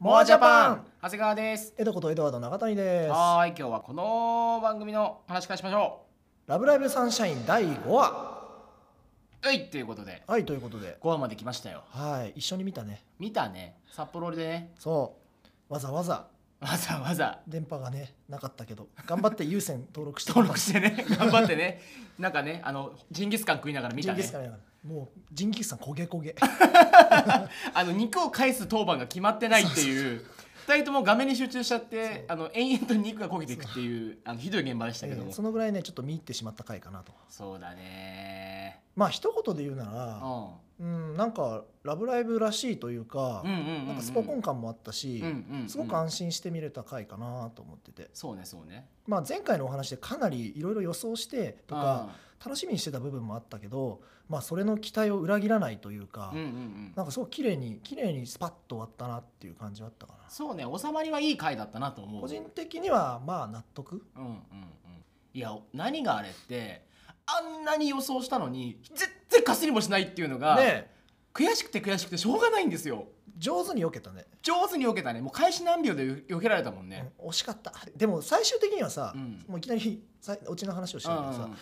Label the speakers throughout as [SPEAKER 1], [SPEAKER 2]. [SPEAKER 1] モアジャパン
[SPEAKER 2] 長谷川です
[SPEAKER 1] 江戸ことエドワード永谷です
[SPEAKER 2] はーい今日はこの番組の話からしましょ
[SPEAKER 1] ラブライブサンシャイン第5話
[SPEAKER 2] うはいということで
[SPEAKER 1] はいということで
[SPEAKER 2] 5話まで来ましたよ
[SPEAKER 1] はい一緒に見たね
[SPEAKER 2] 見たね札幌でね
[SPEAKER 1] そうわざわざ
[SPEAKER 2] わざわざ
[SPEAKER 1] 電波がねなかったけど頑張って優先登録して
[SPEAKER 2] 登録してね頑張ってねなんかねあのジンギスカン食いながら見
[SPEAKER 1] ジ
[SPEAKER 2] た
[SPEAKER 1] ンギ
[SPEAKER 2] ね
[SPEAKER 1] スカンやからもうジンギスカン焦げ焦げ
[SPEAKER 2] あの肉を返す当番が決まってないっていう2人とも画面に集中しちゃってあの延々と肉が焦げていくっていうあのひどい現場でしたけど
[SPEAKER 1] え
[SPEAKER 2] も
[SPEAKER 1] ーそのぐらいねちょっと見入ってしまった回かなと
[SPEAKER 2] そうだね
[SPEAKER 1] まあ一言で言うな
[SPEAKER 2] うん
[SPEAKER 1] らうんなんか「ラブライブ!」らしいというか、
[SPEAKER 2] うんうんうんうん
[SPEAKER 1] なんかスポコン感もあったし、
[SPEAKER 2] うんうんうん
[SPEAKER 1] すごく安心して見れた回かなと思ってて、
[SPEAKER 2] そうねそうね
[SPEAKER 1] まあ、前回のお話でかなりいろいろ予想してとか、
[SPEAKER 2] うん
[SPEAKER 1] 楽しみにしてた部分もあったけど、まあ、それの期待を裏切らないというか、
[SPEAKER 2] うんうんうん
[SPEAKER 1] なんかすごく綺麗に綺麗にスパッと終わったなっていう感じはあったかな
[SPEAKER 2] そうね収まりはいい回だったなと思う
[SPEAKER 1] 個人的にはまあ納得
[SPEAKER 2] うんうんうんいや何があれってあんなに予想したのに絶対かすりもしないっていうのが、
[SPEAKER 1] ね
[SPEAKER 2] 悔しくて悔しくてしょうがないんですよ
[SPEAKER 1] 上手に避けたね
[SPEAKER 2] 上手に避けたねもう開始何秒で避けられたもんね、
[SPEAKER 1] うん惜しかったでも最終的にはさ、
[SPEAKER 2] うん
[SPEAKER 1] もういきなりさオチの話をして
[SPEAKER 2] うん
[SPEAKER 1] る
[SPEAKER 2] う
[SPEAKER 1] けどさ、
[SPEAKER 2] ん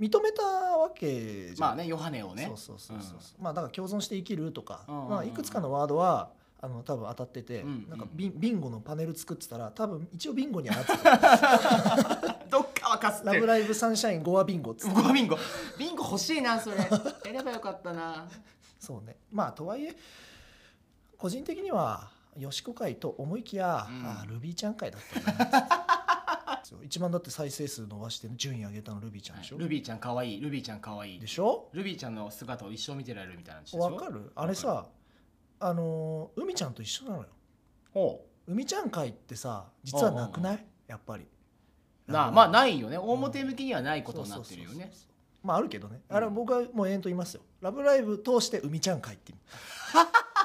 [SPEAKER 1] 認めたわけじゃん
[SPEAKER 2] まあねヨハネをね
[SPEAKER 1] そうそうそうそうそう、まあだから共存して生きるとか、
[SPEAKER 2] うんうんうん
[SPEAKER 1] まあ、いくつかのワードはあの多分当たってて、
[SPEAKER 2] うんうん
[SPEAKER 1] なんかビンビンゴのパネル作ってたら多分一応ビンゴにはなって た
[SPEAKER 2] どっかはかすっ
[SPEAKER 1] ラ
[SPEAKER 2] て
[SPEAKER 1] ブ
[SPEAKER 2] る
[SPEAKER 1] ライブサンシャインゴアビンゴっつって
[SPEAKER 2] ゴビンゴビンゴ欲しいなそれやればよかったな
[SPEAKER 1] そうねまあとはいえ個人的にはよしこ会と思いきや、
[SPEAKER 2] うん
[SPEAKER 1] あルビーちゃん会だった なそう一番だって再生数伸ばして順位上げたのルビーちゃんでしょ、
[SPEAKER 2] ルビーちゃん可愛いルビーちゃん可愛い
[SPEAKER 1] でしょ
[SPEAKER 2] ルビーちゃんの姿を一生見てられるみたいな話でしょ
[SPEAKER 1] わかるあれさあのー海ちゃんと一緒なのよ
[SPEAKER 2] ほ
[SPEAKER 1] 海ちゃん会ってさ実はなくないやっぱり
[SPEAKER 2] うなあまあないよね表向きにはないことになってるよ
[SPEAKER 1] そうそう
[SPEAKER 2] ね
[SPEAKER 1] そうそうまああるけどねあれは
[SPEAKER 2] うん
[SPEAKER 1] 僕はもう延々と言いますよ「ラブライブ!」通して海ちゃん会って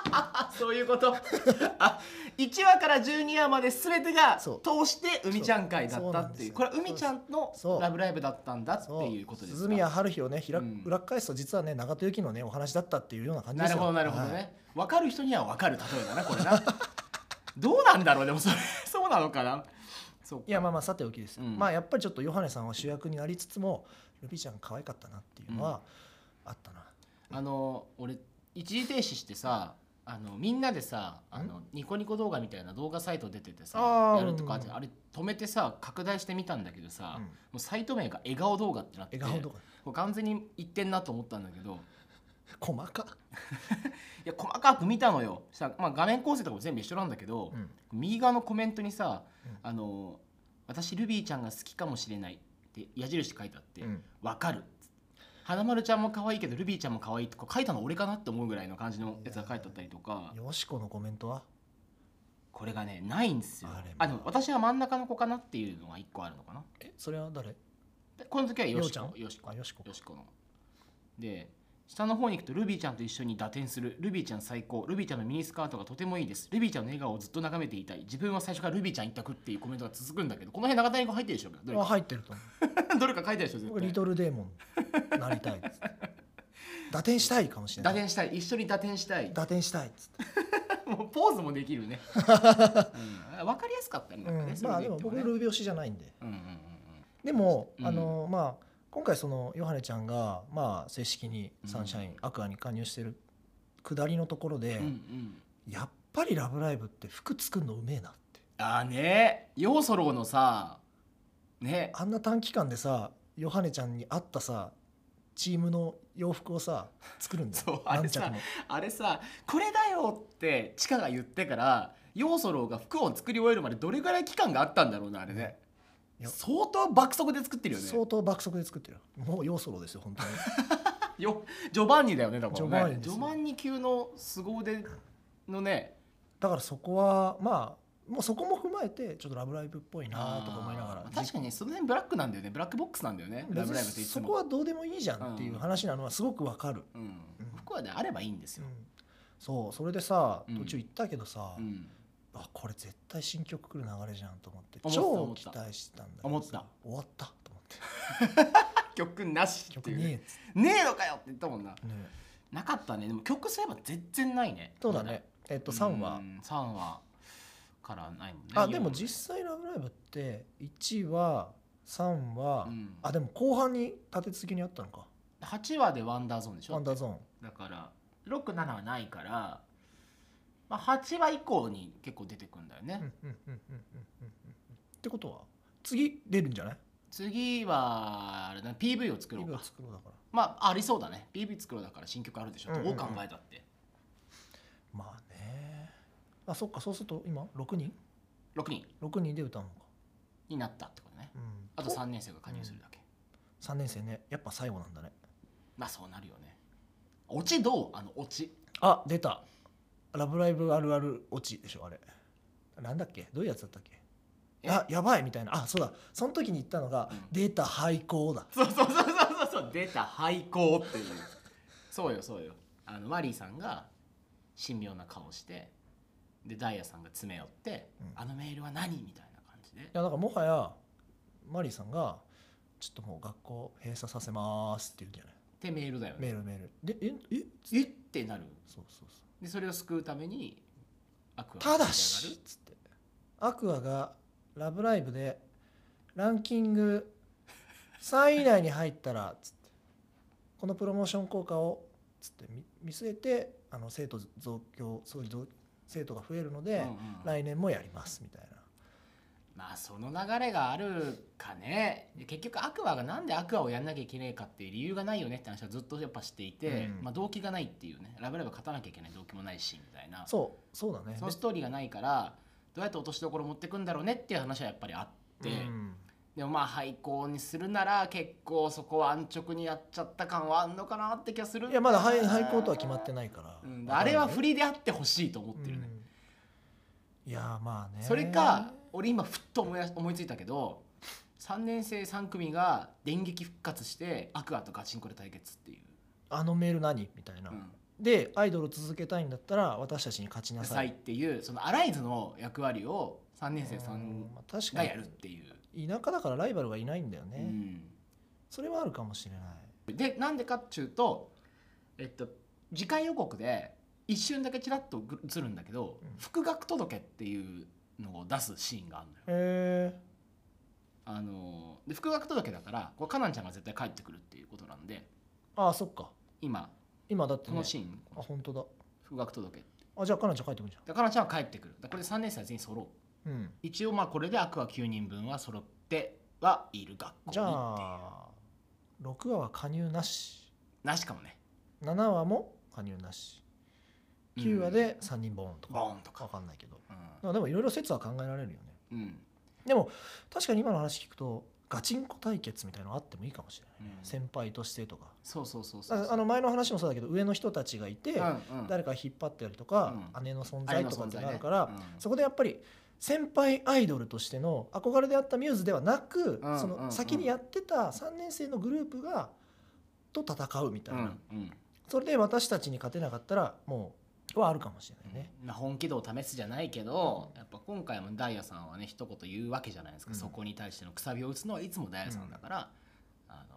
[SPEAKER 2] あそういうこと あ1話から12話まで全てが
[SPEAKER 1] そ
[SPEAKER 2] 通
[SPEAKER 1] う
[SPEAKER 2] して海ちゃん会だったっていう
[SPEAKER 1] そう
[SPEAKER 2] これは海ちゃんの
[SPEAKER 1] そう
[SPEAKER 2] ラブライブだったんだって
[SPEAKER 1] そう
[SPEAKER 2] いうことです
[SPEAKER 1] 鈴宮春日をねひら、
[SPEAKER 2] うん
[SPEAKER 1] 裏返すと実はね長戸由紀のねお話だったっていうような感じで
[SPEAKER 2] な
[SPEAKER 1] す
[SPEAKER 2] る
[SPEAKER 1] よ
[SPEAKER 2] ほどなるほどね、
[SPEAKER 1] はい
[SPEAKER 2] 分かる人には分かる例えだなこれな どうなんだろうでもそれ そうなのかなそう
[SPEAKER 1] いやまあまあさておきですよ、
[SPEAKER 2] うん
[SPEAKER 1] まあやっぱりちょっとヨハネさんは主役になりつつもルビーちゃん可愛かったなっていうのはあったな、
[SPEAKER 2] あの俺一時停止してさあのみんなでさあのニコニコ動画みたいな動画サイト出てて
[SPEAKER 1] あ
[SPEAKER 2] さ
[SPEAKER 1] ー
[SPEAKER 2] やるとかあるじゃん
[SPEAKER 1] うん
[SPEAKER 2] あれ止めてさ拡大してみたんだけどさ、
[SPEAKER 1] うん
[SPEAKER 2] もうサイト名が笑顔動画ってなって
[SPEAKER 1] 笑顔とか
[SPEAKER 2] これ完全に言ってんなと思ったんだけどい
[SPEAKER 1] 細か、
[SPEAKER 2] や細かく見たのよしたら、まあ、画面構成とかも全部一緒なんだけど、
[SPEAKER 1] うん
[SPEAKER 2] 右側のコメントにさ
[SPEAKER 1] うん
[SPEAKER 2] 「あの私ルビーちゃんが好きかもしれない」って矢印書いてあって
[SPEAKER 1] うん
[SPEAKER 2] 「わ、かる」花丸ちゃんも可愛いけどルビーちゃんも可愛いとか書いたの俺かなって思うぐらいの感じのやつが書いてあったりとか
[SPEAKER 1] よしこのコメントは
[SPEAKER 2] これがねないんですよ
[SPEAKER 1] あれ
[SPEAKER 2] あでも私は真ん中の子かなっていうのが一個あるのかな
[SPEAKER 1] えそれは誰
[SPEAKER 2] でこの時はよし
[SPEAKER 1] よう
[SPEAKER 2] こ
[SPEAKER 1] ち
[SPEAKER 2] よしこ
[SPEAKER 1] あよしこ
[SPEAKER 2] よしこので下の方に行くとルビーちゃんと一緒に打点するルビーちゃん最高ルビーちゃんのミニスカートがとてもいいですルビーちゃんの笑顔をずっと眺めていたい自分は最初からルビーちゃん一択っていうコメントが続くんだけどこの辺長谷に入ってるでしょどれ
[SPEAKER 1] あ
[SPEAKER 2] か
[SPEAKER 1] 入ってると思う
[SPEAKER 2] どれか書いてあるでしょ
[SPEAKER 1] 僕
[SPEAKER 2] 絶
[SPEAKER 1] リトルデーモンなりたいっつって打点したいかもし
[SPEAKER 2] 対
[SPEAKER 1] れ
[SPEAKER 2] 打
[SPEAKER 1] ない
[SPEAKER 2] 点したい一緒に打点したい
[SPEAKER 1] 打点したいっ つって、
[SPEAKER 2] もうポーズもできるね、うん、分かりやすかったねな
[SPEAKER 1] う
[SPEAKER 2] んかね
[SPEAKER 1] ん、
[SPEAKER 2] それ
[SPEAKER 1] まあで
[SPEAKER 2] 言
[SPEAKER 1] も
[SPEAKER 2] って
[SPEAKER 1] 僕
[SPEAKER 2] ね
[SPEAKER 1] ルービオ氏じゃないんで
[SPEAKER 2] うんうんうん
[SPEAKER 1] でも、
[SPEAKER 2] うん
[SPEAKER 1] あのまあ今回そのヨハネちゃんがまあ正式にサンシャイン、アクアに加入してる下りのところで、
[SPEAKER 2] うんうんうん
[SPEAKER 1] やっぱり「ラブライブ!」って服作るのうめえなって
[SPEAKER 2] あーねヨーソローのさね
[SPEAKER 1] あんな短期間でさヨハネちゃんに合ったさチームの洋服をさ作るんだよ
[SPEAKER 2] そうあれさ
[SPEAKER 1] 何着も
[SPEAKER 2] あれさこれだよってチカが言ってからヨーソローが服を作り終えるまでどれぐらい期間があったんだろうなあれね
[SPEAKER 1] いや
[SPEAKER 2] 相当爆速で作ってるよね
[SPEAKER 1] 相当爆速で作ってるよもう要ソロですよ本当に
[SPEAKER 2] よジョバンニだよねだからね
[SPEAKER 1] ジ
[SPEAKER 2] ジ
[SPEAKER 1] ョバンニですよ
[SPEAKER 2] ョバンニ級の凄腕のね
[SPEAKER 1] だからそこはまあもうそこも踏まえてちょっと「ラブライブ!」っぽいなとか思いながら
[SPEAKER 2] あー確かにねその辺ブラックなんだよねブラックボックスなんだよね「ラブライブ!」っ
[SPEAKER 1] 別
[SPEAKER 2] て
[SPEAKER 1] に
[SPEAKER 2] いつ
[SPEAKER 1] そこ
[SPEAKER 2] も、
[SPEAKER 1] はどうでもいいじゃんっていう話なのはすごくわかる、
[SPEAKER 2] うん
[SPEAKER 1] うん、
[SPEAKER 2] 服はねあればいいんです
[SPEAKER 1] う
[SPEAKER 2] よ、
[SPEAKER 1] んそうそれでさ
[SPEAKER 2] うん
[SPEAKER 1] 途中行ったけどさ、
[SPEAKER 2] うん、
[SPEAKER 1] あこれ絶対新曲来る流れじゃんと思って
[SPEAKER 2] 思った
[SPEAKER 1] 超
[SPEAKER 2] 思っ
[SPEAKER 1] 期
[SPEAKER 2] た
[SPEAKER 1] 待してたんだけど
[SPEAKER 2] 思った
[SPEAKER 1] 終わったと思って
[SPEAKER 2] 曲なしって
[SPEAKER 1] 曲
[SPEAKER 2] いう
[SPEAKER 1] ねえ
[SPEAKER 2] ね
[SPEAKER 1] っつっ
[SPEAKER 2] ねえのかよって言ったもんな
[SPEAKER 1] てね
[SPEAKER 2] なかったねでも曲すれば全然ないね
[SPEAKER 1] そうだねえっと3話
[SPEAKER 2] 三話からはないもんね
[SPEAKER 1] あでも
[SPEAKER 2] 際
[SPEAKER 1] 実際「ラブライブ!」って1話3話、
[SPEAKER 2] うん
[SPEAKER 1] あでも後半に立て続けにあったのか
[SPEAKER 2] 8話でワンダーゾーンでしょ
[SPEAKER 1] ワンダーゾーン
[SPEAKER 2] だから67はないから、まあ、8話以降に結構出てくんだよね、
[SPEAKER 1] うんうんうんうんうんうんうんってことは次出るんじゃない
[SPEAKER 2] 次はあれだ、ね、PV を作ろう
[SPEAKER 1] 今
[SPEAKER 2] か
[SPEAKER 1] 作ろうだから
[SPEAKER 2] まあありそうだね PV 作ろうだから新曲あるでしょ、
[SPEAKER 1] うんうん
[SPEAKER 2] ど
[SPEAKER 1] う
[SPEAKER 2] うん考えたって
[SPEAKER 1] まあねあそっかそうすると今6人
[SPEAKER 2] 6人
[SPEAKER 1] 6人で歌うのか、
[SPEAKER 2] になったってことね
[SPEAKER 1] うん、
[SPEAKER 2] あと3年生が加入するだけ、
[SPEAKER 1] 3年生ねやっぱ最後なんだね
[SPEAKER 2] まあそうなるよねオチどうあのオチ
[SPEAKER 1] あ出た「ラブライブあるあるオチ」でしょあれなんだっけどういうやつだったっけ
[SPEAKER 2] え
[SPEAKER 1] あやばいみたいなあそうだその時に言ったのが
[SPEAKER 2] うん
[SPEAKER 1] 「出た廃校」だ
[SPEAKER 2] そうそうそうそうそうそう出た廃校っていうそうよそうよあのマリーさんが神妙な顔してでダイヤさんが詰め寄って、
[SPEAKER 1] うん
[SPEAKER 2] あのメールは何みたいな感じで
[SPEAKER 1] いやだからもはやマリーさんが「ちょっともう学校閉鎖させます」って言うんじゃない
[SPEAKER 2] でメールだよね
[SPEAKER 1] メールメールでええ
[SPEAKER 2] えってなる
[SPEAKER 1] そうそうそう
[SPEAKER 2] でそれを救うためにアクアが
[SPEAKER 1] た
[SPEAKER 2] 立
[SPEAKER 1] だ
[SPEAKER 2] ち上
[SPEAKER 1] し
[SPEAKER 2] がる
[SPEAKER 1] つってアクアが「ラブライブ!」でランキング3位以内に入ったらつってこのプロモーション効果をつって見見据えてあの生徒増強そういう増生徒が増えるので、
[SPEAKER 2] うんうん
[SPEAKER 1] 来年もやりますみたいな
[SPEAKER 2] まあその流れがあるかねで結局アクアがなんでアクアをやんなきゃいけないかっていう理由がないよねって話はずっとやっぱしていて、
[SPEAKER 1] うん
[SPEAKER 2] まあ、動機がないっていうねラブライブ勝たなきゃいけない動機もないしみたいな
[SPEAKER 1] そうそうだね
[SPEAKER 2] そのストーリーがないからどうやって落としどころ持ってくんだろうねっていう話はやっぱりあって、
[SPEAKER 1] うん
[SPEAKER 2] でもまあ廃校にするなら結構そこは安直にやっちゃった感はあんのかなって気がする
[SPEAKER 1] いやまだ廃廃校とは決まってないから、
[SPEAKER 2] うんあれは
[SPEAKER 1] わか
[SPEAKER 2] 振
[SPEAKER 1] んないね
[SPEAKER 2] りであってほしいと思ってるね、
[SPEAKER 1] うんいやまあね
[SPEAKER 2] それか俺今ふっと思い出し思いついたけど3年生3組が電撃復活してアクアとガチンコで対決っていう、
[SPEAKER 1] あのメール何みたいな、
[SPEAKER 2] うん
[SPEAKER 1] でアイドルを続けたいんだったら私たちに勝ちなさ
[SPEAKER 2] さいっ
[SPEAKER 1] い
[SPEAKER 2] ていうそのアライズの役割を3年生さ
[SPEAKER 1] うん
[SPEAKER 2] ん
[SPEAKER 1] まあ確か
[SPEAKER 2] が
[SPEAKER 1] に
[SPEAKER 2] やるっていう、
[SPEAKER 1] 田舎だからライバルがいないんだよね、
[SPEAKER 2] うん
[SPEAKER 1] それはあるかもしれない
[SPEAKER 2] でなんでかっちゅうと、えっと、次回予告で一瞬だけちらっとぐ映るんだけど
[SPEAKER 1] うん
[SPEAKER 2] 「復学届」っていうのを出すシーンがあるのよ。
[SPEAKER 1] へ
[SPEAKER 2] あのーで復学届だからこれかなんちゃんが絶対帰ってくるっていうことなんで
[SPEAKER 1] ー、ああそっか
[SPEAKER 2] 今
[SPEAKER 1] 今だって、
[SPEAKER 2] こ
[SPEAKER 1] ね、
[SPEAKER 2] のシーン、
[SPEAKER 1] あ本当だ
[SPEAKER 2] 復学届だ
[SPEAKER 1] あじゃあかなちゃん帰ってくるじ
[SPEAKER 2] からかなちゃんは帰ってくるだからこれで3年生は全員揃う
[SPEAKER 1] ゃんうん
[SPEAKER 2] 一応まあこれでアクア9人分は揃ってはいる学校に
[SPEAKER 1] じゃ
[SPEAKER 2] っていう
[SPEAKER 1] あ6話は加入なし
[SPEAKER 2] なしかもね
[SPEAKER 1] 7話も加入なし9話で3人ボーンとか、
[SPEAKER 2] ボーンとか
[SPEAKER 1] わかんないけど
[SPEAKER 2] うん
[SPEAKER 1] まあでもいろいろ説は考えられるよね
[SPEAKER 2] うん、
[SPEAKER 1] でも確かに今の話聞くとガチンコ対決みたいなのあってもいいかもしれない、
[SPEAKER 2] うん
[SPEAKER 1] 先輩としてとか
[SPEAKER 2] そうそうそうそう
[SPEAKER 1] ああの前の話もそうだけど上の人たちがいて、
[SPEAKER 2] うんうん
[SPEAKER 1] 誰か引っ張ってやるとか、
[SPEAKER 2] う
[SPEAKER 1] 姉の存
[SPEAKER 2] あれ
[SPEAKER 1] 在
[SPEAKER 2] の
[SPEAKER 1] とか
[SPEAKER 2] 存
[SPEAKER 1] って
[SPEAKER 2] 在
[SPEAKER 1] な
[SPEAKER 2] ね
[SPEAKER 1] るから、
[SPEAKER 2] うん
[SPEAKER 1] そこでやっぱり先輩アイドルとしての憧れであったミューズではなく、
[SPEAKER 2] うん
[SPEAKER 1] そ
[SPEAKER 2] うんうん
[SPEAKER 1] の先にやってた3年生のグループがと戦うみたいな、
[SPEAKER 2] うんうん
[SPEAKER 1] それで私たちに勝てなかったらもうはあるかもしれないね。
[SPEAKER 2] まあ、本気度を試すじゃないけどやっぱ今回もダイヤさんはね一言言うわけじゃないですか、
[SPEAKER 1] うん
[SPEAKER 2] そこに対してのくさびを打つのはいつもダイヤさんだから、あの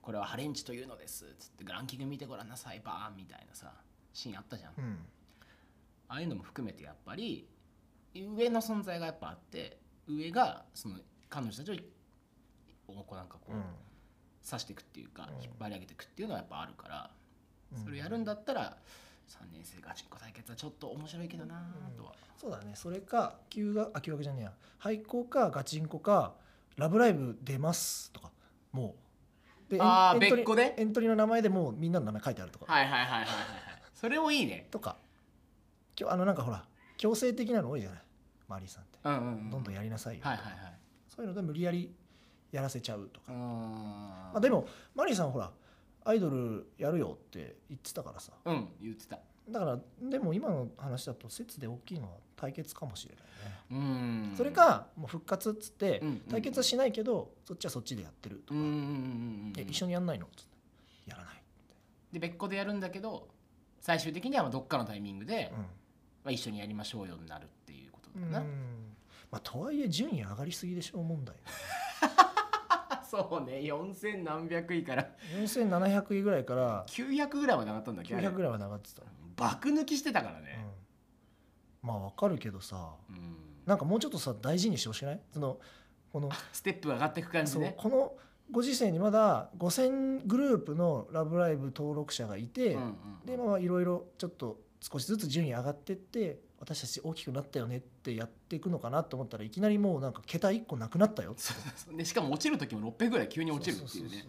[SPEAKER 2] これはハレンチというのですつってランキング見てごらんなさいバーンみたいなさシーンあったじゃん、あ
[SPEAKER 1] うん
[SPEAKER 2] あいうのも含めてやっぱり上の存在がやっぱあって上がその彼女たちをこうなんかこう、
[SPEAKER 1] うん
[SPEAKER 2] 刺していくっていうか、
[SPEAKER 1] うん
[SPEAKER 2] 引っ張り上げていくっていうのはやっぱあるから、
[SPEAKER 1] うん
[SPEAKER 2] それをやるんだったら3年生ガチンコ対決はちょっと面白いけどなぁとは、
[SPEAKER 1] そうだねそれか休学あ休学じゃねえや廃校かガチンコか「ラブライブ出ます」とかもうでエン
[SPEAKER 2] あー
[SPEAKER 1] エントリ
[SPEAKER 2] 別個で
[SPEAKER 1] エントリーの名前でもうみんなの名前書いてあるとか、
[SPEAKER 2] はいはいはいはいはいはい それもいいね
[SPEAKER 1] とか今日あのなんかほら強制的なの多いじゃないマリーさんって、
[SPEAKER 2] うんうん、うん、
[SPEAKER 1] どんどん
[SPEAKER 2] や
[SPEAKER 1] やりなさいよとか、
[SPEAKER 2] はいはいはい
[SPEAKER 1] そういうので無理やりやらせちゃうとか、
[SPEAKER 2] うーんま
[SPEAKER 1] まあ、でもマリーさんほらアイドルやるよって言ってたからさ
[SPEAKER 2] うん言ってた
[SPEAKER 1] だからでも今の話だと説で大きいのは対決かもしれないね
[SPEAKER 2] うーん
[SPEAKER 1] それかもう復活っつって
[SPEAKER 2] うんうん
[SPEAKER 1] 対決はしないけどそっちはそっちでやってると
[SPEAKER 2] うん
[SPEAKER 1] か
[SPEAKER 2] うんうんうんう
[SPEAKER 1] え
[SPEAKER 2] ん
[SPEAKER 1] 一緒にやんないのっつってやらない
[SPEAKER 2] で別個でやるんだけど最終的にはまあどっかのタイミングで、まあ、一緒にやりましょうよになるっていうこと
[SPEAKER 1] う
[SPEAKER 2] だ
[SPEAKER 1] ん
[SPEAKER 2] な、
[SPEAKER 1] うんまあとはいえ順位上がりすぎでしょう問題
[SPEAKER 2] あ そうね4000何百位から
[SPEAKER 1] 4700位ぐらいから
[SPEAKER 2] 900ぐらいまで上がったんだっけど
[SPEAKER 1] 900ぐらいは上がってた
[SPEAKER 2] 爆抜きしてたから
[SPEAKER 1] う
[SPEAKER 2] ね、
[SPEAKER 1] んまあわかるけどさ
[SPEAKER 2] うん
[SPEAKER 1] なんかもうちょっとさ大事にしてほしくないそのこの
[SPEAKER 2] ステップが上がっていく感じ
[SPEAKER 1] そう
[SPEAKER 2] ね
[SPEAKER 1] このご時世にまだ5,000グループの「ラブライブ!」登録者がいて、
[SPEAKER 2] うんうんうん
[SPEAKER 1] でまあいろいろちょっと少しずつ順位上がってって私たち大きくなったよねってやっていくのかなと思ったらいきなりもうなんか桁1個なくなったよって
[SPEAKER 2] そうそうそうでしかも落ちる時も600ぐらい急に落ちるっていうね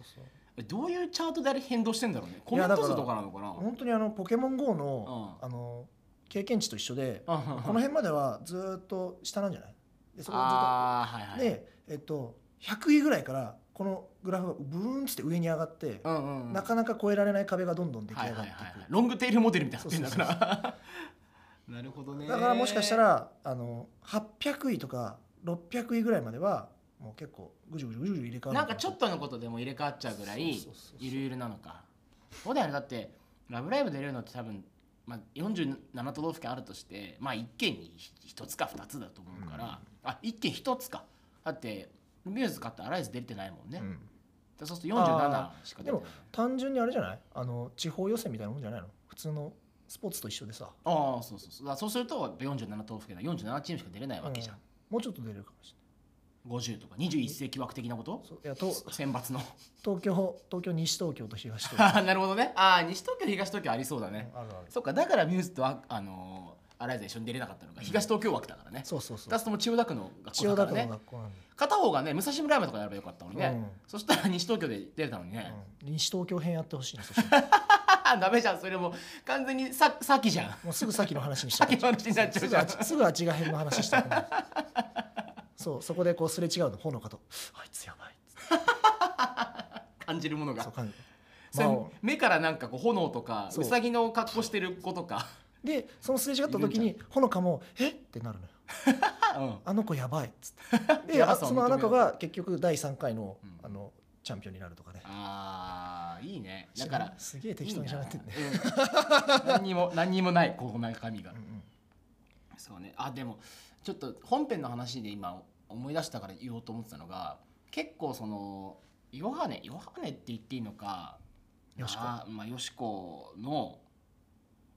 [SPEAKER 2] どういうチャートであれ変動してんだろうねコメント数とかなのかな
[SPEAKER 1] 本当にあの「ポケモン GO の」
[SPEAKER 2] うん
[SPEAKER 1] あの経験値と一緒でこ
[SPEAKER 2] あ
[SPEAKER 1] の辺まではずーっと下なんじゃないでそこをずっと
[SPEAKER 2] あーはいはい
[SPEAKER 1] で、えっと、100位ぐらいからこのグラフがブーンっつって上に上がって、
[SPEAKER 2] うんうんうん
[SPEAKER 1] なかなか超えられない壁がどんどん出来
[SPEAKER 2] はい
[SPEAKER 1] 上
[SPEAKER 2] はい
[SPEAKER 1] が
[SPEAKER 2] はい
[SPEAKER 1] ってい
[SPEAKER 2] はい
[SPEAKER 1] く、
[SPEAKER 2] ロングテールモデルみたいになってんだか
[SPEAKER 1] そ
[SPEAKER 2] ら なるほどね
[SPEAKER 1] だからもしかしたらあの800位とか600位ぐらいまではもう結構ぐじゅぐじゅぐじゅぐじゅ入れ替わる
[SPEAKER 2] なんかちょっとのことでも入れ替わっちゃうぐらい
[SPEAKER 1] そうそうそうそう
[SPEAKER 2] ゆるゆるなのかそうだよねだって「ラブライブ!」出れるのって多分、まあ、47都道府県あるとしてまあ1県に1つか2つだと思うから、あ一1県1つかだってミューズ買ってアライズ出てないもんね、
[SPEAKER 1] うん
[SPEAKER 2] でそうすると47しか出てない
[SPEAKER 1] 単純にあれじゃないあの地方予選みたいなもんじゃないの普通のスポーツと一緒でさ
[SPEAKER 2] ああそうそうそうだからそうするとやっぱ47都道府県だ47チームしか出れないわけじゃん、
[SPEAKER 1] もうちょっと出れるかもし
[SPEAKER 2] 50とか21世紀枠的なこと
[SPEAKER 1] れないそういやと
[SPEAKER 2] 選抜の
[SPEAKER 1] 東京東京西東京と東東京
[SPEAKER 2] あー なるほどねああ西東京東東京ありそうだね、
[SPEAKER 1] うんあるある
[SPEAKER 2] そっかだからミューズとあ、あのーアライズは一緒に出れなかったのが東東京枠だからね、
[SPEAKER 1] そうそうそう
[SPEAKER 2] 2つとも千代田区の学
[SPEAKER 1] 千
[SPEAKER 2] 校
[SPEAKER 1] 代
[SPEAKER 2] だ
[SPEAKER 1] 田
[SPEAKER 2] か
[SPEAKER 1] 区
[SPEAKER 2] らね
[SPEAKER 1] の学校なんで、
[SPEAKER 2] 片方がね武蔵村山とかやればよかったのにね、
[SPEAKER 1] うん
[SPEAKER 2] そしたら西東京で出れたのにね、
[SPEAKER 1] うん西東京編やってほしいなそしたら
[SPEAKER 2] ダメじゃんそれもう完全にささっきじゃん
[SPEAKER 1] もうすぐ先の話にし
[SPEAKER 2] さ
[SPEAKER 1] た
[SPEAKER 2] っきの話になっちゃ
[SPEAKER 1] す
[SPEAKER 2] うじ
[SPEAKER 1] ぐ
[SPEAKER 2] ゃ
[SPEAKER 1] あ
[SPEAKER 2] ん
[SPEAKER 1] ちすぐあちが編の話したくなるそうそこでこうすれ違うのほのかとあいつやばいっつって
[SPEAKER 2] 感じるもの
[SPEAKER 1] そ
[SPEAKER 2] が
[SPEAKER 1] う感じ
[SPEAKER 2] それ
[SPEAKER 1] まあ
[SPEAKER 2] 目からなんかこう炎とか
[SPEAKER 1] そう
[SPEAKER 2] うさぎの格好してる子とか、
[SPEAKER 1] でそのすれ違った時にほのかも「えっ?」てなるのよ
[SPEAKER 2] うん
[SPEAKER 1] あの子やばいっつっ てで
[SPEAKER 2] やば
[SPEAKER 1] あ
[SPEAKER 2] さを認
[SPEAKER 1] そ
[SPEAKER 2] め
[SPEAKER 1] の
[SPEAKER 2] よう
[SPEAKER 1] あの子が結局第3回の,、
[SPEAKER 2] うん
[SPEAKER 1] あのチャンピオンになるとかね
[SPEAKER 2] あーいいねだから
[SPEAKER 1] すげえ適当にしゃべってんね
[SPEAKER 2] いいなうん何にも何にもないこう中身が
[SPEAKER 1] うんうん
[SPEAKER 2] そうねあでもちょっと本編の話で今思い出したから言おうと思ってたのが結構そのヨハネヨハネって言っていいのか
[SPEAKER 1] よしこ
[SPEAKER 2] あまあ、よしこの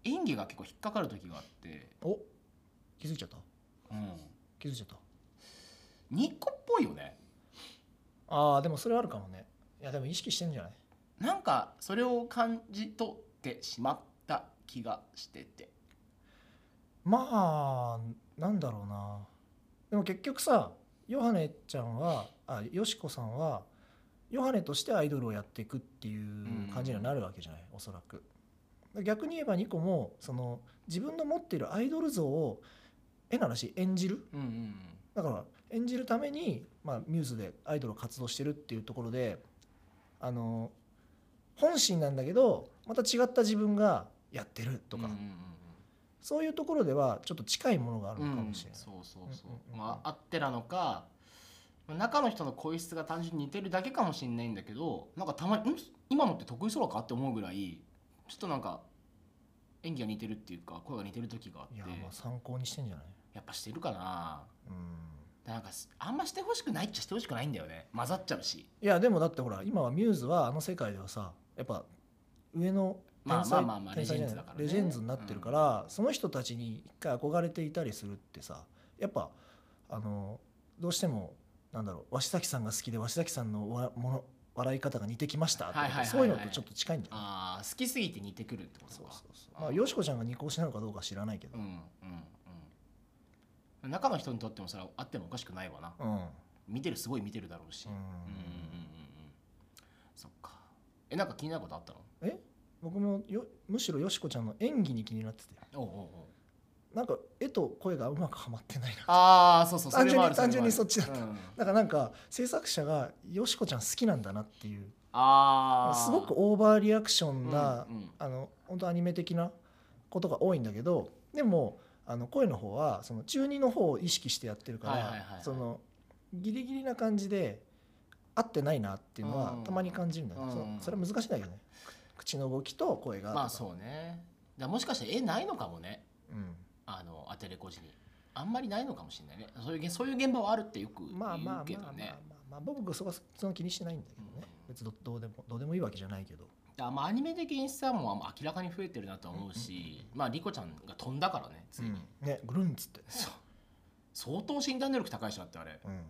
[SPEAKER 2] 演技が結構引っかかる時があって、
[SPEAKER 1] お気づいちゃった
[SPEAKER 2] うん、
[SPEAKER 1] 気づいちゃった
[SPEAKER 2] ニッコっぽいよね
[SPEAKER 1] あーでもそれはあるかもねいやでも意識してんじゃない
[SPEAKER 2] なんかそれを感じ取ってしまった気がしてて
[SPEAKER 1] まあなんだろうなでも結局さヨハネちゃんはあよしこさんはヨハネとしてアイドルをやっていくっていう感じにはなるわけじゃない、おそらく逆に言えばニコもその自分の持っているアイドル像を変な話演じる
[SPEAKER 2] うんうんうん
[SPEAKER 1] だから演じるために、まあ、ミューズでアイドルを活動してるっていうところであの本心なんだけどまた違った自分がやってるとか、
[SPEAKER 2] うんうんうん
[SPEAKER 1] そういうところではちょっと近いものがある
[SPEAKER 2] う
[SPEAKER 1] のか
[SPEAKER 2] ん
[SPEAKER 1] もしれない、
[SPEAKER 2] そうそうそう,、
[SPEAKER 1] うんうんうんうん
[SPEAKER 2] まああってなのかまあ中の人の声質が単純に似てるだけかもしれないんだけどなんかたまに「ん今のって得意そうか?」って思うぐらいちょっとなんか演技が似てるっていうか声が似てる時があって
[SPEAKER 1] いや
[SPEAKER 2] や
[SPEAKER 1] まあ参考にしてんじゃない
[SPEAKER 2] っぱしてるかな
[SPEAKER 1] うん
[SPEAKER 2] なんかすあんましてほしくないっちゃしてほしくないんだよね混ざっちゃうし
[SPEAKER 1] いやでもだってほら今はミューズはあの世界ではさやっぱ上の
[SPEAKER 2] まあ
[SPEAKER 1] 天才
[SPEAKER 2] まあまあまあ
[SPEAKER 1] 天才じゃない
[SPEAKER 2] レジェンズだからね
[SPEAKER 1] レジェンズになってるから、その人たちに一回憧れていたりするってさやっぱあのどうしてもなんだろう鷲崎さんが好きで鷲崎さんのわもの笑い方が似てきました
[SPEAKER 2] は
[SPEAKER 1] と
[SPEAKER 2] い
[SPEAKER 1] か
[SPEAKER 2] はいはいはい
[SPEAKER 1] そういうのとちょっと近いんじゃない
[SPEAKER 2] あー好きすぎて似てくるってことか
[SPEAKER 1] そうそうそうまあよしこちゃんが二講師なのかどうかは知らないけど
[SPEAKER 2] うんうんうん中の人にとってもそれはあってもおかしくないわな
[SPEAKER 1] うん、うん
[SPEAKER 2] 見てるすごい見てるだろうし、うんうんうんうんそっかえなんか気になることあったの
[SPEAKER 1] 僕もよむしろよしこちゃんの演技に気になってて
[SPEAKER 2] おうおうおう
[SPEAKER 1] なんか絵と声がうまくはまってないな
[SPEAKER 2] ああそうそうそ
[SPEAKER 1] 単
[SPEAKER 2] れ
[SPEAKER 1] 純
[SPEAKER 2] もあ
[SPEAKER 1] に
[SPEAKER 2] る
[SPEAKER 1] 単純に
[SPEAKER 2] れ
[SPEAKER 1] そっちだった
[SPEAKER 2] もあるうん
[SPEAKER 1] だからなんか制作者がよしこちゃん好きなんだなっていう
[SPEAKER 2] ああ
[SPEAKER 1] すごくオーバーリアクションな、
[SPEAKER 2] うんうん
[SPEAKER 1] あの本当アニメ的なことが多いんだけどでもあの声の方はその中二の方を意識してやってるから、
[SPEAKER 2] はいはいはいはい
[SPEAKER 1] そのギリギリな感じで合ってないなっていうのは
[SPEAKER 2] うん
[SPEAKER 1] たまに感じるんだよね、
[SPEAKER 2] うん
[SPEAKER 1] そそれは難しいんだけどね口の動きと声が
[SPEAKER 2] まあそうねだからもしかして絵ないのかもね
[SPEAKER 1] うん、
[SPEAKER 2] あのアテレコ時にあんまりないのかもしれないねそういうげそういう現場はあるってよく言
[SPEAKER 1] まあまあまあ
[SPEAKER 2] うけど
[SPEAKER 1] まあま
[SPEAKER 2] ね
[SPEAKER 1] あ、まあ、僕そこはその気にしてないんだけどね、
[SPEAKER 2] うん
[SPEAKER 1] 別にどどうでもどうでもいいわけじゃないけど
[SPEAKER 2] だからまあアニメ的演出はもう明らかに増えてるなとは思うし、まあリコちゃんが飛んだからねついに、
[SPEAKER 1] うんねぐるんっつって
[SPEAKER 2] そう相当身体能力高い人だってあれ
[SPEAKER 1] うん、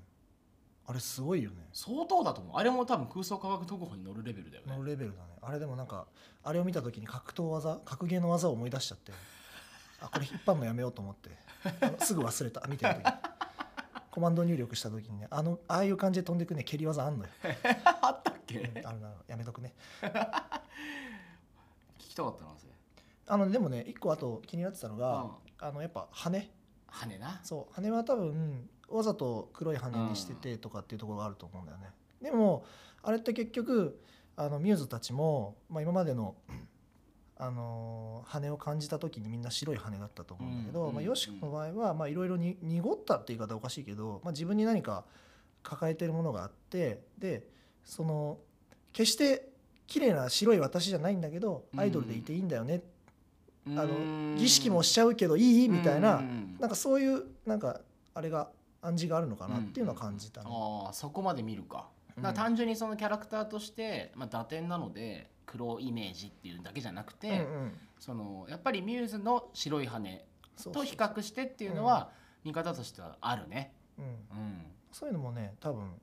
[SPEAKER 1] あれすごいよね
[SPEAKER 2] 相当だと思うあれも多分空想科学特報に乗るレベルだよね
[SPEAKER 1] のレベルだねあれでもなんかあれを見た時に格闘技格ゲーの技を思い出しちゃってあこれ引っ張るのやめようと思って あのすぐ忘れた見てる時コマンド入力した時にねあのああいう感じで飛んでくね蹴り技あんのよ、
[SPEAKER 2] あったっけ
[SPEAKER 1] うんあるなやめとくね
[SPEAKER 2] 聞きたかったなそれ
[SPEAKER 1] あのでもね一個あと気になってたのが、
[SPEAKER 2] うん
[SPEAKER 1] あのやっぱ羽
[SPEAKER 2] 羽な
[SPEAKER 1] そう羽は多分わざと黒い羽にしててとかっていうところがあると思うんだよね、でもあれって結局あのミューズたちも、まあ、今までの、あのー羽を感じた時にみんな白い羽だったと思うんだけど、
[SPEAKER 2] うん
[SPEAKER 1] まあ、
[SPEAKER 2] うん
[SPEAKER 1] ヨシコの場合はまあいろいろに濁ったって言い方おかしいけど、まあ、自分に何か抱えてるものがあってでその決して綺麗な白い私じゃないんだけどアイドルでいていいんだよね、
[SPEAKER 2] あ
[SPEAKER 1] あの儀式もしちゃうけどいいみたいな。なん
[SPEAKER 2] か
[SPEAKER 1] かそういうなんかあれが暗示があるのかなっていうのは感じたね。
[SPEAKER 2] ああそこまで見るか
[SPEAKER 1] うん
[SPEAKER 2] だから単純にそのキャラクターとして、まあ、打点なので黒イメージっていうだけじゃなくて、
[SPEAKER 1] うんうん
[SPEAKER 2] そのやっぱりミューズの白い羽
[SPEAKER 1] そうそ
[SPEAKER 2] と
[SPEAKER 1] う
[SPEAKER 2] 比較してっていうのは見方としてはあるね。
[SPEAKER 1] うん
[SPEAKER 2] うん、。
[SPEAKER 1] そういうのもね多分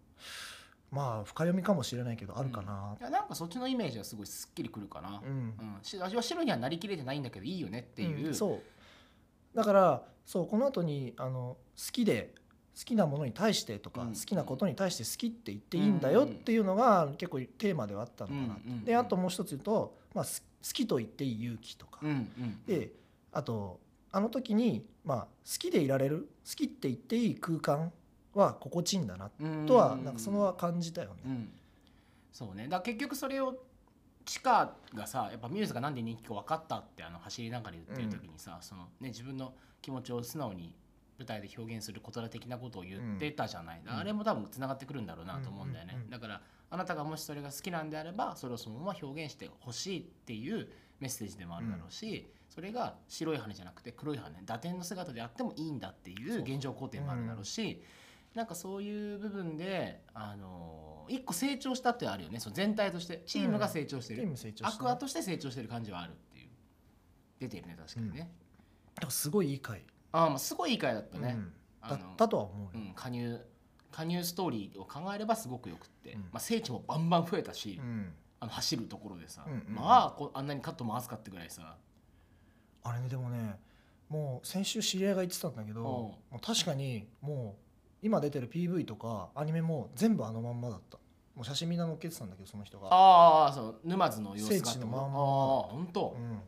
[SPEAKER 1] まあ深読みかもしれないけどあるかない
[SPEAKER 2] やなんかそっちのイメージはすごいすっきりくるかな
[SPEAKER 1] う。ん
[SPEAKER 2] うん、し味は白にはなりきれてないんだけどいいよねっていう。
[SPEAKER 1] んそうだからそうこの後にあの好きで好きなものに対してとか、
[SPEAKER 2] うん
[SPEAKER 1] 好きなことに対して好きって言っていいんだよっていうのが結構テーマではあったのかなって、
[SPEAKER 2] うんうんうん
[SPEAKER 1] であともう一つ言うと、まあ、す好きと言っていい勇気とか、
[SPEAKER 2] うんうん。
[SPEAKER 1] であとあの時に、まあ、好きでいられる好きって言っていい空間は心地いいんだな
[SPEAKER 2] うん
[SPEAKER 1] とはなんかそのは感じたよ
[SPEAKER 2] う
[SPEAKER 1] ね。
[SPEAKER 2] ん、そうねだから結局それをチカがさやっぱミューズがなんで人気か分かったってあの走りながら言ってる時にさ、そのね、自分の気持ちを素直に舞台で表現する言葉的なことを言ってたじゃない、
[SPEAKER 1] ん
[SPEAKER 2] あれも多分つながってくるんだろうなと思うんだよね、
[SPEAKER 1] うんうんうん
[SPEAKER 2] だからあなたがもしそれが好きなんであればそれをそのまま表現してほしいっていうメッセージでもあるだろうし、それが白い羽じゃなくて黒い羽打点の姿であってもいいんだっていう現状肯定もあるだろうし、なんかそういう部分で、あのー一個成長したってあるよねその全体としてチームが成長して
[SPEAKER 1] チ
[SPEAKER 2] る、
[SPEAKER 1] ーム成長
[SPEAKER 2] ア
[SPEAKER 1] して
[SPEAKER 2] クアとして成長してる感じはあるっていう出てるね確かにね、
[SPEAKER 1] だからすごいいい回、
[SPEAKER 2] ああまあすごいいい回だったね、
[SPEAKER 1] うん
[SPEAKER 2] あ
[SPEAKER 1] だ
[SPEAKER 2] の
[SPEAKER 1] ったとは思
[SPEAKER 2] う
[SPEAKER 1] うよ。
[SPEAKER 2] ん、加入加入ストーリーを考えればすごくよくって、
[SPEAKER 1] うん
[SPEAKER 2] まあ、聖地もバンバン増えたし、
[SPEAKER 1] うん
[SPEAKER 2] あの走るところでさ、
[SPEAKER 1] うんうんうん
[SPEAKER 2] まあこあんなにカット回すかってぐらいさ、
[SPEAKER 1] あれねでもねもう先週知り合いが言ってたんだけど、
[SPEAKER 2] うん
[SPEAKER 1] もう確かにもう今出てる PV とかアニメも全部あのまんまだった。もう写真みんな載っけてたんだけどその人が。
[SPEAKER 2] ああそう沼津の様子
[SPEAKER 1] 聖
[SPEAKER 2] が
[SPEAKER 1] 地のまんま
[SPEAKER 2] ああ本当、
[SPEAKER 1] うん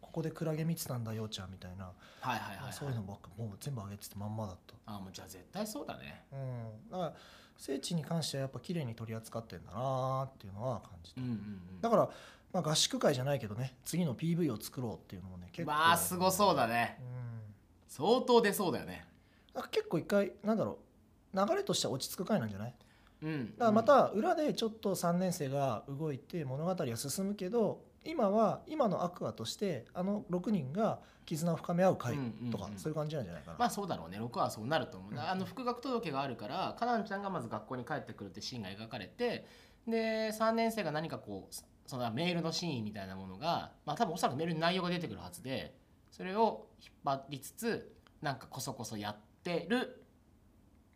[SPEAKER 1] ここでクラゲ見てたんだようちゃんみたいな、
[SPEAKER 2] はいはいはい、はい、
[SPEAKER 1] そういうのばっかもう全部上げててまんまだった。
[SPEAKER 2] ああもうじゃあ絶対そうだね
[SPEAKER 1] うん、だから聖地に関してはやっぱ綺麗に取り扱ってんだなっていうのは感じた、
[SPEAKER 2] うんうんうん
[SPEAKER 1] だから、まあ、合宿会じゃないけどね次の PV を作ろうっていうのもね結構
[SPEAKER 2] まあすごそうだね
[SPEAKER 1] うん、
[SPEAKER 2] 相当出そうだよね
[SPEAKER 1] なんか結構一回なんだろう流れとしては落ち着く回なんじゃない
[SPEAKER 2] うん
[SPEAKER 1] だからまた裏でちょっと3年生が動いて物語は進むけど今は今のアクアとしてあの6人が絆を深め合う回とか、
[SPEAKER 2] うんうんうん
[SPEAKER 1] そういう感じなんじゃないかな、
[SPEAKER 2] まあそうだろうね6はそうなると思う、
[SPEAKER 1] うん
[SPEAKER 2] あの復学届があるからカナンちゃんがまず学校に帰ってくるってシーンが描かれてで3年生が何かこうそのメールのシーンみたいなものがまあ多分おそらくメールに内容が出てくるはずでそれを引っ張りつつなんかこそこそやってる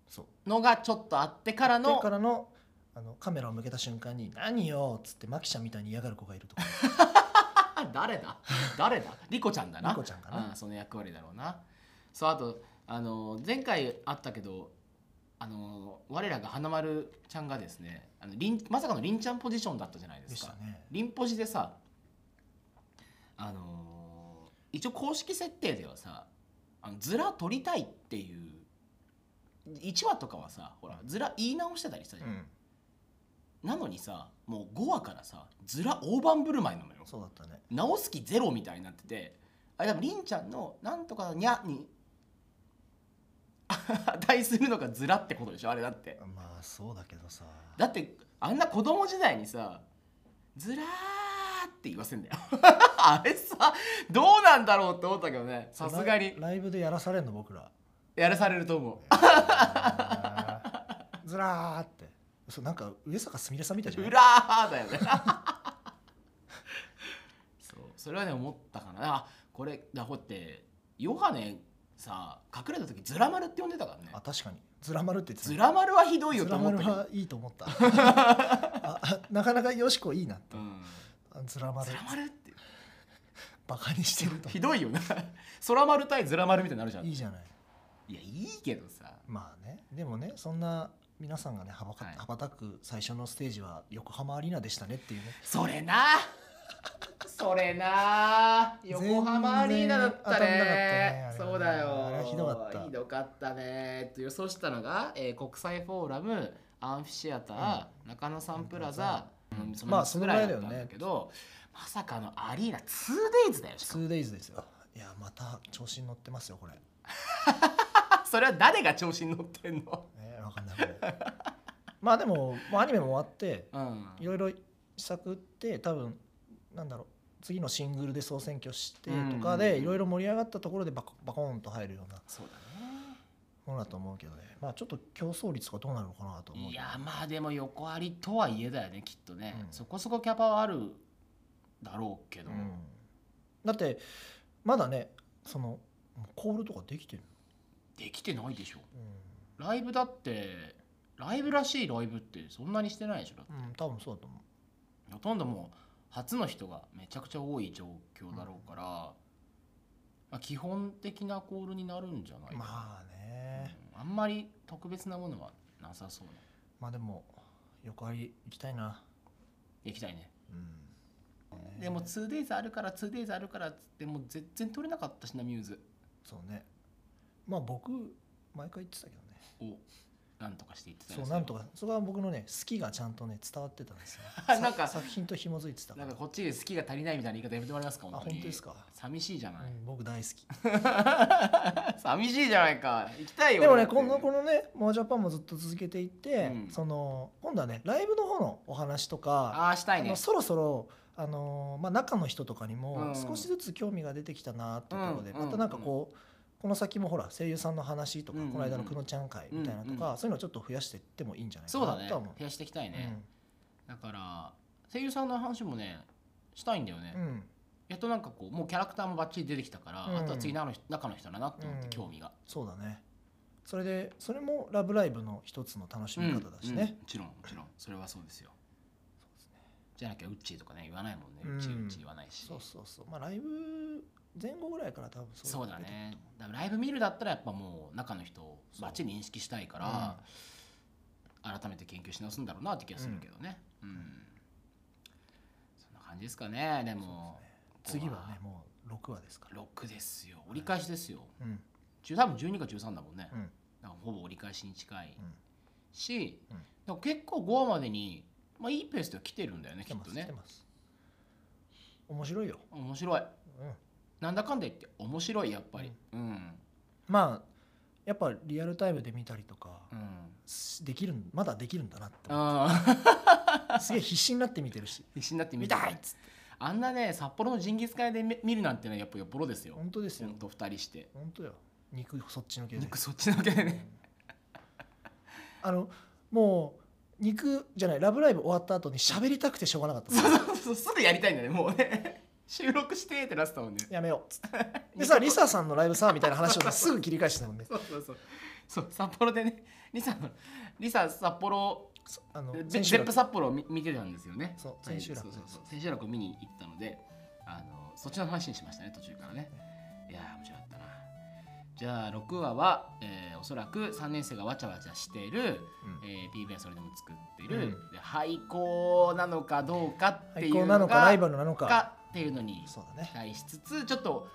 [SPEAKER 1] そう
[SPEAKER 2] のがちょっとあってからの
[SPEAKER 1] でからのあのカメラを向けた瞬間に「何よ」っつってマキちゃんみたいに嫌がる子がいるとか
[SPEAKER 2] あ誰だ誰だリコちゃんだな
[SPEAKER 1] リコちゃんかな
[SPEAKER 2] うその役割だろうなそうあとあの前回あったけどあの我らが花丸ちゃんがですねあのりんまさかのりんちゃんポジションだったじゃないで
[SPEAKER 1] ですした
[SPEAKER 2] か
[SPEAKER 1] ね。
[SPEAKER 2] りんポジでさあの一応公式設定ではさあのずら取りたいっていう1話とかはさほらずら言い直してたりしたじゃん、
[SPEAKER 1] ん、
[SPEAKER 2] なのにさもう5話からさずら大盤振る舞いなのよ
[SPEAKER 1] そうだったね。
[SPEAKER 2] 直す気ゼロみたいになっててあれ多分りんちゃんの「なんとかにゃ」に 値するのがずらってことでしょあれだって
[SPEAKER 1] まあそうだけどさ。
[SPEAKER 2] だってあんな子供時代にさ「ずらー」って言わせんだよ あれさどうなんだろうって思ったけどねさすがに
[SPEAKER 1] ライライブでやらされんの僕 ら。
[SPEAKER 2] やらされると思
[SPEAKER 1] ずらーって。そうなんか上坂すみれさんみたいう
[SPEAKER 2] 「
[SPEAKER 1] じゃな
[SPEAKER 2] う
[SPEAKER 1] い。
[SPEAKER 2] らー」だよね そうそれはね思ったかなあこれだほってヨハネさ隠れた時ズラ丸って呼んでたからね
[SPEAKER 1] あ確かにズラ丸って言ってた
[SPEAKER 2] ズラ丸はひどいよ
[SPEAKER 1] ズ
[SPEAKER 2] と
[SPEAKER 1] ラ
[SPEAKER 2] 思っ
[SPEAKER 1] 丸
[SPEAKER 2] たけど
[SPEAKER 1] はいいと思った ああなかなかよしこいいなって
[SPEAKER 2] うん
[SPEAKER 1] あズラ丸
[SPEAKER 2] ズラ丸って
[SPEAKER 1] バカにしてると
[SPEAKER 2] ひどいよな空丸対ズラ丸みたいになるじゃん
[SPEAKER 1] いいじゃない
[SPEAKER 2] いやいいけどさ
[SPEAKER 1] まあねでもねそんな皆さんがね羽ばか
[SPEAKER 2] はい
[SPEAKER 1] 羽ばたく最初のステージは横浜アリーナでしたねっていうね
[SPEAKER 2] それなそれな横浜アリーナだったね
[SPEAKER 1] 全然当たんなかったねあれはね
[SPEAKER 2] そうだ
[SPEAKER 1] あれ
[SPEAKER 2] よ
[SPEAKER 1] はひどかった
[SPEAKER 2] ひどかったねと予想したのが、えー国際フォーラムアンフィシアター、中野サンプラザ、
[SPEAKER 1] うん
[SPEAKER 2] うんそ
[SPEAKER 1] まあ
[SPEAKER 2] の
[SPEAKER 1] そ
[SPEAKER 2] 3つぐ
[SPEAKER 1] のぐら
[SPEAKER 2] ら
[SPEAKER 1] い
[SPEAKER 2] いだ
[SPEAKER 1] だよ
[SPEAKER 2] っ
[SPEAKER 1] ね
[SPEAKER 2] たんだけどまさかのアリーナ 2days だよしかも
[SPEAKER 1] 2days ですよいやまた調子に乗ってますよこれ
[SPEAKER 2] それは誰が調子に乗ってんの
[SPEAKER 1] え分かんないこれまあでももうアニメも終わって
[SPEAKER 2] うん
[SPEAKER 1] いろいろ試作打って多分なんだろう次のシングルで総選挙してとか
[SPEAKER 2] うんうん
[SPEAKER 1] で
[SPEAKER 2] うん
[SPEAKER 1] いろいろ盛り上がったところでバコバコーンと入るような
[SPEAKER 2] そうだ
[SPEAKER 1] ものだと思うけどねまあちょっと競争率がどうなるのかなと思う
[SPEAKER 2] ねい
[SPEAKER 1] けど
[SPEAKER 2] やまあでも横ありとはいえだよねきっとね、
[SPEAKER 1] うん
[SPEAKER 2] そこそこキャパはあるだろうけど、
[SPEAKER 1] うんだってまだねそのコールとかできてる、
[SPEAKER 2] できてないでしょ
[SPEAKER 1] う
[SPEAKER 2] ライブだってライブらしいライブってそんなにしてないでしょだって
[SPEAKER 1] んうん、多分そうだと思
[SPEAKER 2] ほとんどもう初の人がめちゃくちゃ多い状況だろうから、まあ基本的なコールになるんじゃないうかな、
[SPEAKER 1] まあね
[SPEAKER 2] うんあんまり特別なものはなさそうね
[SPEAKER 1] まあでも横あり行きたいな
[SPEAKER 2] 行きたいね
[SPEAKER 1] うんね
[SPEAKER 2] でも 2days あるから 2days あるからっつってもう全然取れなかったしなミューズ
[SPEAKER 1] そうねまあ僕毎回言ってたけどね
[SPEAKER 2] をなんとかしていってた
[SPEAKER 1] そうなんと
[SPEAKER 2] か
[SPEAKER 1] かそこは僕のね好きがちゃんとね伝わってたんです よ
[SPEAKER 2] あ なん
[SPEAKER 1] さ
[SPEAKER 2] か
[SPEAKER 1] 作品と紐づいてた
[SPEAKER 2] な
[SPEAKER 1] から
[SPEAKER 2] んかこっちで好きが足りないみたいな言い方やめてもらえますか
[SPEAKER 1] あ本当ですか、
[SPEAKER 2] 寂しいじゃない、
[SPEAKER 1] うん僕大好き
[SPEAKER 2] 寂しいじゃないか行きたいよ
[SPEAKER 1] でもね
[SPEAKER 2] 俺
[SPEAKER 1] この
[SPEAKER 2] だって
[SPEAKER 1] このねモアジャパンもずっと続けていって、
[SPEAKER 2] うん
[SPEAKER 1] その今度はねライブの方のお話とか
[SPEAKER 2] ああしたい
[SPEAKER 1] あ
[SPEAKER 2] ね
[SPEAKER 1] のそろそろあのーまあ、中の人とかに
[SPEAKER 2] う
[SPEAKER 1] も
[SPEAKER 2] ん
[SPEAKER 1] 少しずつ興味が出てきたなっていうところで、
[SPEAKER 2] うんうん
[SPEAKER 1] またなんかこう、この先もほら声優さんの話とか、
[SPEAKER 2] うんうん
[SPEAKER 1] この間の久野ちゃん会みたいなとか、
[SPEAKER 2] うん
[SPEAKER 1] そういうのをちょっと増やしていってもいいんじゃないか
[SPEAKER 2] そうだ
[SPEAKER 1] な
[SPEAKER 2] ね
[SPEAKER 1] とは思う。
[SPEAKER 2] 増やしていきたいね、
[SPEAKER 1] ね
[SPEAKER 2] だから声優さんの話もねしたいんだよね、
[SPEAKER 1] うんうん
[SPEAKER 2] やっとなんかこうもうキャラクターもバッチリ出てきたから、
[SPEAKER 1] うん
[SPEAKER 2] あとは次中の人中の人だなって思って、
[SPEAKER 1] うん
[SPEAKER 2] 興味が
[SPEAKER 1] そうだねそれでそれも「ラブライブ!」の一つの楽しみ方だし
[SPEAKER 2] うんうん
[SPEAKER 1] ね、
[SPEAKER 2] もちろんもちろんそれはそうですよじゃなきゃウッチーとかね言わないもんね、
[SPEAKER 1] う
[SPEAKER 2] うんウッチーウッチー言わないし
[SPEAKER 1] そうそうそうまあライブ前後ぐらいから多分
[SPEAKER 2] そうだ
[SPEAKER 1] 出てくる
[SPEAKER 2] ねだからライブ見るだったらやっぱもう中の人をバッチリ認識したい
[SPEAKER 1] と
[SPEAKER 2] か
[SPEAKER 1] 思う
[SPEAKER 2] ら、改めて研究し直すんだろうなって気がするけどねうん、そんな感じですかねで
[SPEAKER 1] うんそう
[SPEAKER 2] も
[SPEAKER 1] ですね次はねもう6話ですから、
[SPEAKER 2] ロックですよ折り返しですよ、
[SPEAKER 1] うん
[SPEAKER 2] 十多分12か13だもんね、
[SPEAKER 1] うん
[SPEAKER 2] だからほぼ折り返しに近い
[SPEAKER 1] うん
[SPEAKER 2] し、
[SPEAKER 1] うん
[SPEAKER 2] だから結構5話までに、まあ、いいペースでは来てるんだよね
[SPEAKER 1] 来
[SPEAKER 2] き
[SPEAKER 1] て
[SPEAKER 2] っ
[SPEAKER 1] ま
[SPEAKER 2] と
[SPEAKER 1] す、来
[SPEAKER 2] ね
[SPEAKER 1] てます面白いよ、
[SPEAKER 2] 面白い
[SPEAKER 1] うん、
[SPEAKER 2] なんだかんだ言って面白いやっぱりうん、
[SPEAKER 1] まあやっぱリアルタイムで見たりとか
[SPEAKER 2] うん
[SPEAKER 1] しできるんまだできるんだなって思
[SPEAKER 2] あ ー
[SPEAKER 1] うすげえ必死になって見てるし
[SPEAKER 2] 必死になって
[SPEAKER 1] 見
[SPEAKER 2] 見
[SPEAKER 1] たいっ
[SPEAKER 2] い
[SPEAKER 1] つって
[SPEAKER 2] あんなね札幌のジンギスカン屋でめ見るなんてのはやっぱよっぽどですよ
[SPEAKER 1] 本当です
[SPEAKER 2] ほ
[SPEAKER 1] よ
[SPEAKER 2] んと2人して
[SPEAKER 1] 本当よ肉そっちのけで
[SPEAKER 2] 肉そっちのけで
[SPEAKER 1] うん
[SPEAKER 2] ね
[SPEAKER 1] あのもう肉じゃない「ラブライブ!」終わった後に喋りたくてしょうがなかったです
[SPEAKER 2] そうそうすぐやりたいんだねもうね収録してってなってたもんね
[SPEAKER 1] やめようっつってでさリサさんのライブさみたいな話をさすぐ切り返してたもんね
[SPEAKER 2] そうそうそうそう札幌でねリサのリサ札幌
[SPEAKER 1] そあの
[SPEAKER 2] ゼ
[SPEAKER 1] 千
[SPEAKER 2] ゼ
[SPEAKER 1] 秋
[SPEAKER 2] ップ
[SPEAKER 1] 楽
[SPEAKER 2] 札幌を見見てたんですよね
[SPEAKER 1] そう
[SPEAKER 2] はい
[SPEAKER 1] 千秋楽
[SPEAKER 2] そうそうそう千秋楽を見に行ったのであのそっちの話にしましたね途中からねいやー面白かったなじゃあ6話は、えーおそらく3年生がわちゃわちゃしている、
[SPEAKER 1] うん
[SPEAKER 2] えー、PV それでも作っている、
[SPEAKER 1] うん
[SPEAKER 2] で廃校なのかどうかってい
[SPEAKER 1] 廃
[SPEAKER 2] う
[SPEAKER 1] 校
[SPEAKER 2] の
[SPEAKER 1] なのかライ
[SPEAKER 2] ル
[SPEAKER 1] バルなのか
[SPEAKER 2] かっていうのに
[SPEAKER 1] そうだね
[SPEAKER 2] 期待しつつちょっと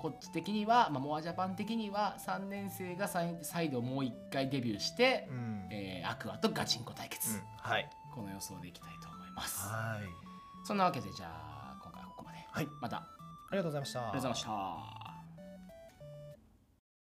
[SPEAKER 2] こっち的には、まあ、モアジャパン的には3年生が再再度もう一回デビューして、
[SPEAKER 1] うん
[SPEAKER 2] えーアクアとガチンコ対決、
[SPEAKER 1] うんはい
[SPEAKER 2] この予想でいきたいと思います
[SPEAKER 1] はい
[SPEAKER 2] そんなわけでじゃあ今回はここまで
[SPEAKER 1] はい
[SPEAKER 2] またあり
[SPEAKER 1] ありがとうございました
[SPEAKER 2] がとうございました